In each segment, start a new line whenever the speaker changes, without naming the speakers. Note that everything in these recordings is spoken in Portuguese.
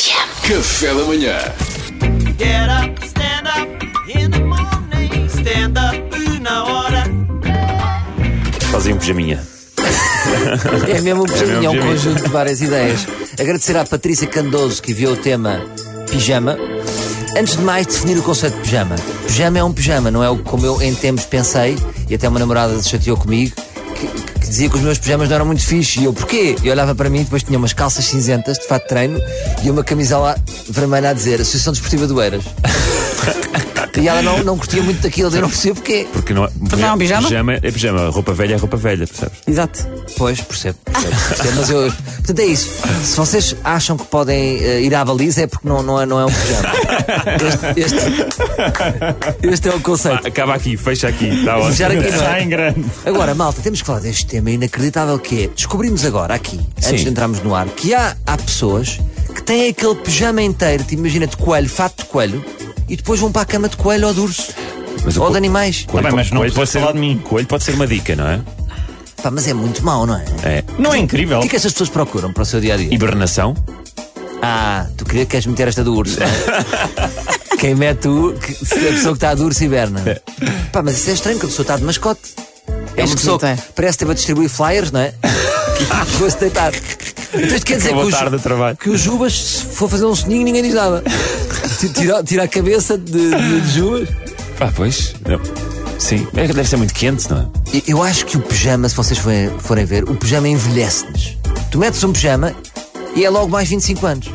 Café da manhã.
Get up, stand up in the morning. Stand up na hora.
Fazem um pijaminha.
É mesmo um pijaminha, é um
pijaminha.
conjunto de várias ideias. Agradecer à Patrícia Candoso que enviou o tema pijama. Antes de mais, definir o conceito de pijama. Pijama é um pijama, não é o como eu em tempos pensei, e até uma namorada se chateou comigo, que, que dizia que os meus pijamas não eram muito fixe. E eu, porquê? E olhava para mim e depois tinha umas calças cinzentas, de fato de treino, e uma camisola vermelha a dizer Associação Desportiva do Eiras. e ela não, não curtia muito daquilo, eu não percebo porquê.
Porque não é.
não é um pijama?
é pijama. Roupa velha é roupa velha, percebes?
Exato.
Pois, percebo. percebo, percebo, mas eu. Portanto, é isso. Se vocês acham que podem eh, ir à baliza, é porque não, não, é, não é um pijama. Este, este- este é o
Ah,
conceito.
acaba aqui, fecha aqui. Está ótimo.
Fechar aqui, não é?
Sai em grande.
Agora, malta, temos que falar deste tema inacreditável que é. Descobrimos agora, aqui, antes
Sim.
de entrarmos no ar, que há, há pessoas que têm aquele pijama inteiro, te imagina, de coelho, fato de coelho, e depois vão para a cama de coelho ou de urso.
Mas o
ou
co-
de animais.
Coelho
bem,
po-
mas não
coelho
podes falar de mim.
Coelho pode ser uma dica, não é?
Pá, mas é muito mau, não é?
É.
Não é
O
incrível?
que é que estas pessoas procuram para o seu dia a dia?
Hibernação?
Ah, tu queria que queres meter esta do urso, não é? Quem mete o. que- se a pessoa que está de urso hiberna. Pá, mas isso é estranho, que a pessoa está de mascote. É uma
esquisito,
pessoa que
é.
parece que teve a distribuir flyers, não é? Foi-se deitar. Então isto quer dizer que
Acabou
os,
tarde o trabalho.
que os Jubas, se for fazer um soninho, ninguém diz nada. Ti- Tira, tira a cabeça de, de- de Jubas.
Ah, pois. Não. Sim. É que deve ser muito quente, não é?
E- Eu acho que o pijama, se vocês forem, forem ver, o pijama envelhece-nos. Tu metes um pijama e é logo mais 25 anos.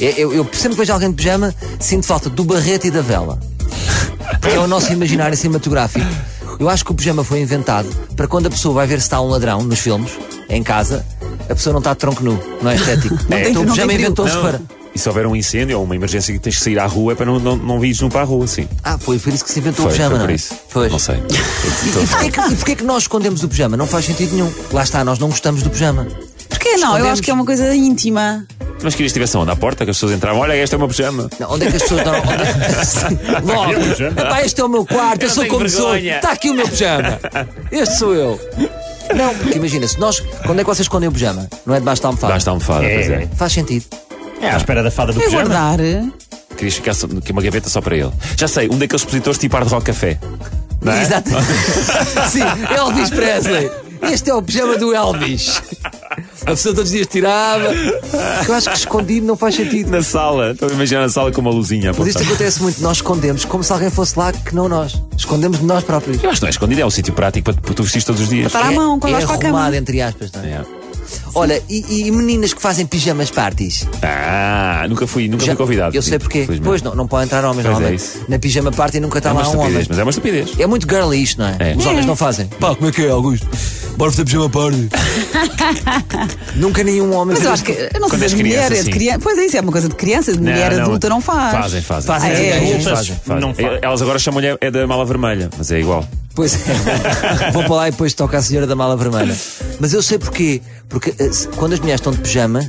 É- Eu, eu sempre que vejo alguém de pijama, sinto falta do barrete e da vela. Porque é o nosso imaginário cinematográfico. Eu acho que o pijama foi inventado para quando a pessoa vai ver se está um ladrão nos filmes, em casa, a pessoa não está de tronco nu, não é estético.
tem-
então o
não tem
pijama
frio.
inventou-se para.
E se houver um incêndio ou uma emergência que tens que sair à rua é para não, não, não vires nu para a rua, sim.
Ah, foi por isso que se inventou o
foi,
pijama,
foi
não
por
é?
isso.
Pois.
Não sei.
E, e porquê que, e porquê que nós escondemos o pijama? Não faz sentido nenhum. Lá está, nós não gostamos do pijama.
Porquê não? Eu
Escondemos.
acho que é uma coisa íntima.
Mas querias tivesse onde? À porta, que as pessoas entravam, olha, esta é uma pijama.
Não, onde é que as pessoas dão? Onde é... Sim, Logo, Epá, este é o meu quarto, eu, sou como sou. Está aqui o meu pijama. Este sou eu. Não, porque imagina, se nós. Quando é que vocês escondem o pijama? Não é debaixo da almofada?
Basta a almofada,
É.
pois é.
Faz sentido.
É à espera da fada do
É
pijama.
guardar.
Querias ficar só- que uma gaveta só para ele. Já sei, um daqueles expositores tipo Hard Rock Café. Não é?
Exato. Sim, Elvis Presley. Este é o pijama do Elvis. A pessoa todos os dias tirava. Eu acho que escondido não faz sentido.
Na sala, estou a imaginar a sala com uma luzinha a
Mas
apontar.
isto acontece muito, nós escondemos como se alguém fosse lá que não nós. Escondemos de nós próprios.
Eu acho que não é escondido, é um sítio prático para para tu vestir todos os dias.
Para estar à
É-
mão, quando
é
vais para a cama.
arrumado, entre aspas, não é?
É.
Olha, e, e meninas que fazem pijamas parties?
Ah, nunca fui, nunca
Já-
fui convidado.
Eu sei porquê.
Felizmente.
Pois não, não podem entrar homens
Pois é
normalmente.
isso.
Na pijama party nunca está
É uma
lá um homem.
estupidez, mas é uma estupidez.
É muito girly isto, não é?
É.
Os homens
É.
não fazem. Pá, como é que é, Augusto? Bora fazer pijama party. nunca nenhum homem
Mas eu
fez.
acho que. Eu não
Quando
sei
és
se é de mulher,
criança,
é de
sim.
criança. Pois é, isso é uma coisa de criança, de mulher adulta não faz.
Fazem, fazem.
Fazem,
Ah, é?
fazem,
Adultas?
fazem.
Fazem.
Não fazem.
Elas agora chamam-lhe é da mala vermelha, mas é igual.
Pois é, vou para lá e depois toca a senhora da mala vermelha. Mas eu sei porquê. Porque eh, se- quando as mulheres estão de pijama,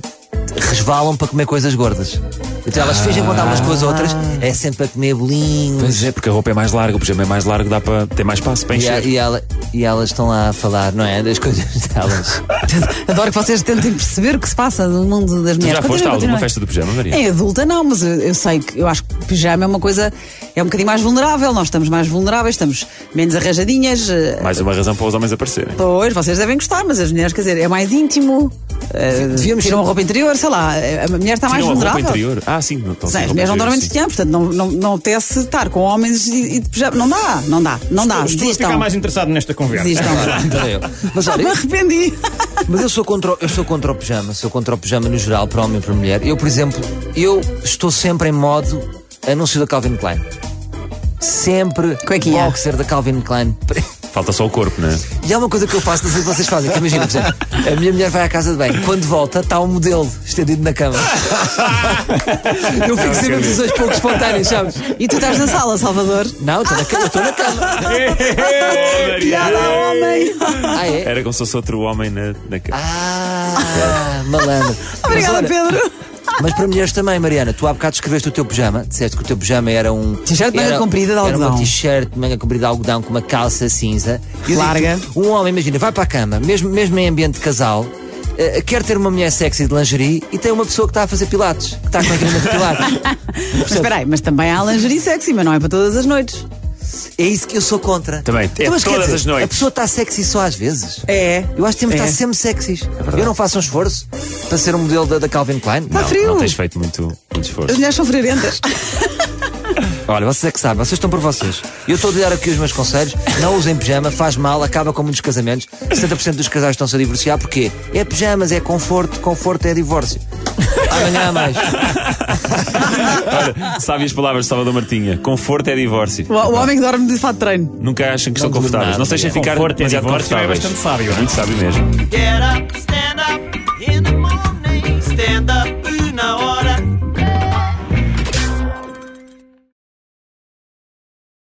resvalam para comer coisas gordas. Então elas fingem contar umas com as outras,
Ah.
é sempre a comer bolinhos.
Pois é, porque a roupa é mais larga, o pijama é mais largo, dá para ter mais espaço para
E, a-
encher.
e ela- e elas estão lá a falar, não é? Das coisas delas.
Adoro que vocês tentem perceber o que se passa no mundo das
Tu
mulheres.
já foste a
Continua,
alguma
continua.
festa do pijama, Maria?
É adulta, não, mas eu, eu sei que eu acho que pijama é uma coisa. É um bocadinho mais vulnerável. Nós estamos mais vulneráveis, estamos menos arranjadinhas. eh,
Mais uma razão para os homens aparecerem.
Pois, vocês devem gostar, mas as mulheres, quer dizer, é mais íntimo. eh,
Devíamos
tiram
ser-
a roupa interior, sei lá. A mulher está mais
Tiram a roupa
vulnerável.
interior. Ah, sim. não estão
Sim,
sem
as
roupa
mulheres não
interior,
dormem de
sim.
sutiã, portanto não, não, não apetece estar com homens e, e de pijama. Não dá, não dá, não dá.
Estou a ficar
Desistam.
mais interessado nesta conversa.
Desistam.
Adorei eu. Mas
Já me
olha,
arrependi.
mas eu sou, contra, o- eu sou contra o pijama, sou contra o pijama no geral, para homem e para mulher. Eu, por exemplo, eu estou sempre em modo anúncio da Calvin Klein. Sempre
Cuequinha.
boxer da Calvin Klein.
Falta só o corpo, não é?
E há uma coisa que eu faço, não sei se vocês fazem, que imagina, por exemplo, a minha mulher vai à casa de bem, quando volta está um modelo estendido na cama. Eu fico sempre com os dois pouco espontâneos, sabes?
E tu estás na sala, Salvador.
Não, estou na cama, estou na cama.
Piada ao homem.
Ah, é?
Era como se fosse outro homem na, na ca-
Ah, malandro.
Obrigada,
mas, olha,
Pedro.
mas para mulheres também, Mariana, tu há bocado escreveste o teu pijama, disseste que o teu pijama era um.
T-shirt de manga
era-
comprida de
Era
algodão.
uma t-shirt de manga comprida de algodão com uma calça cinza. E eu
Larga.
digo-te, um homem, imagina, vai para a cama, mesmo, mesmo em ambiente de casal. eh, quer ter uma mulher sexy de lingerie e tem uma pessoa que está a fazer pilates, que está com a máquina de pilates.
Mas espera aí, mas também há lingerie sexy, mas não é para todas as noites.
É isso que eu sou contra.
Também, é
Então, mas quer
todas
dizer,
as noites.
A pessoa está sexy só às vezes.
É.
Eu acho que temos de
É.
estar sempre sexys. eu não faço um esforço para ser um modelo da, da Calvin Klein.
Está frio.
Não tens feito muito, muito
As
esforço.
mulheres são friorentas.
Olha, vocês é que sabem, vocês estão por vocês. Eu estou a dar aqui os meus conselhos. Não usem pijama, faz mal, acaba com muitos casamentos. 70% dos casais estão-se a divorciar. Porquê? É pijamas, é conforto, conforto é divórcio. Amanhã há mais.
Olha, sabe as palavras de Salvador Martinha. Conforto é divórcio.
O, o homem que dorme de fato de treino.
Nunca acham que estão
Não digo
confortáveis.
nada,
Não deixem
é.
ficar
Conforto é
demasiado
divórcio, é
confortáveis.
bastante sábio, não é?
Muito sábio mesmo.
Get up, stand up in the morning. Stand up una hora.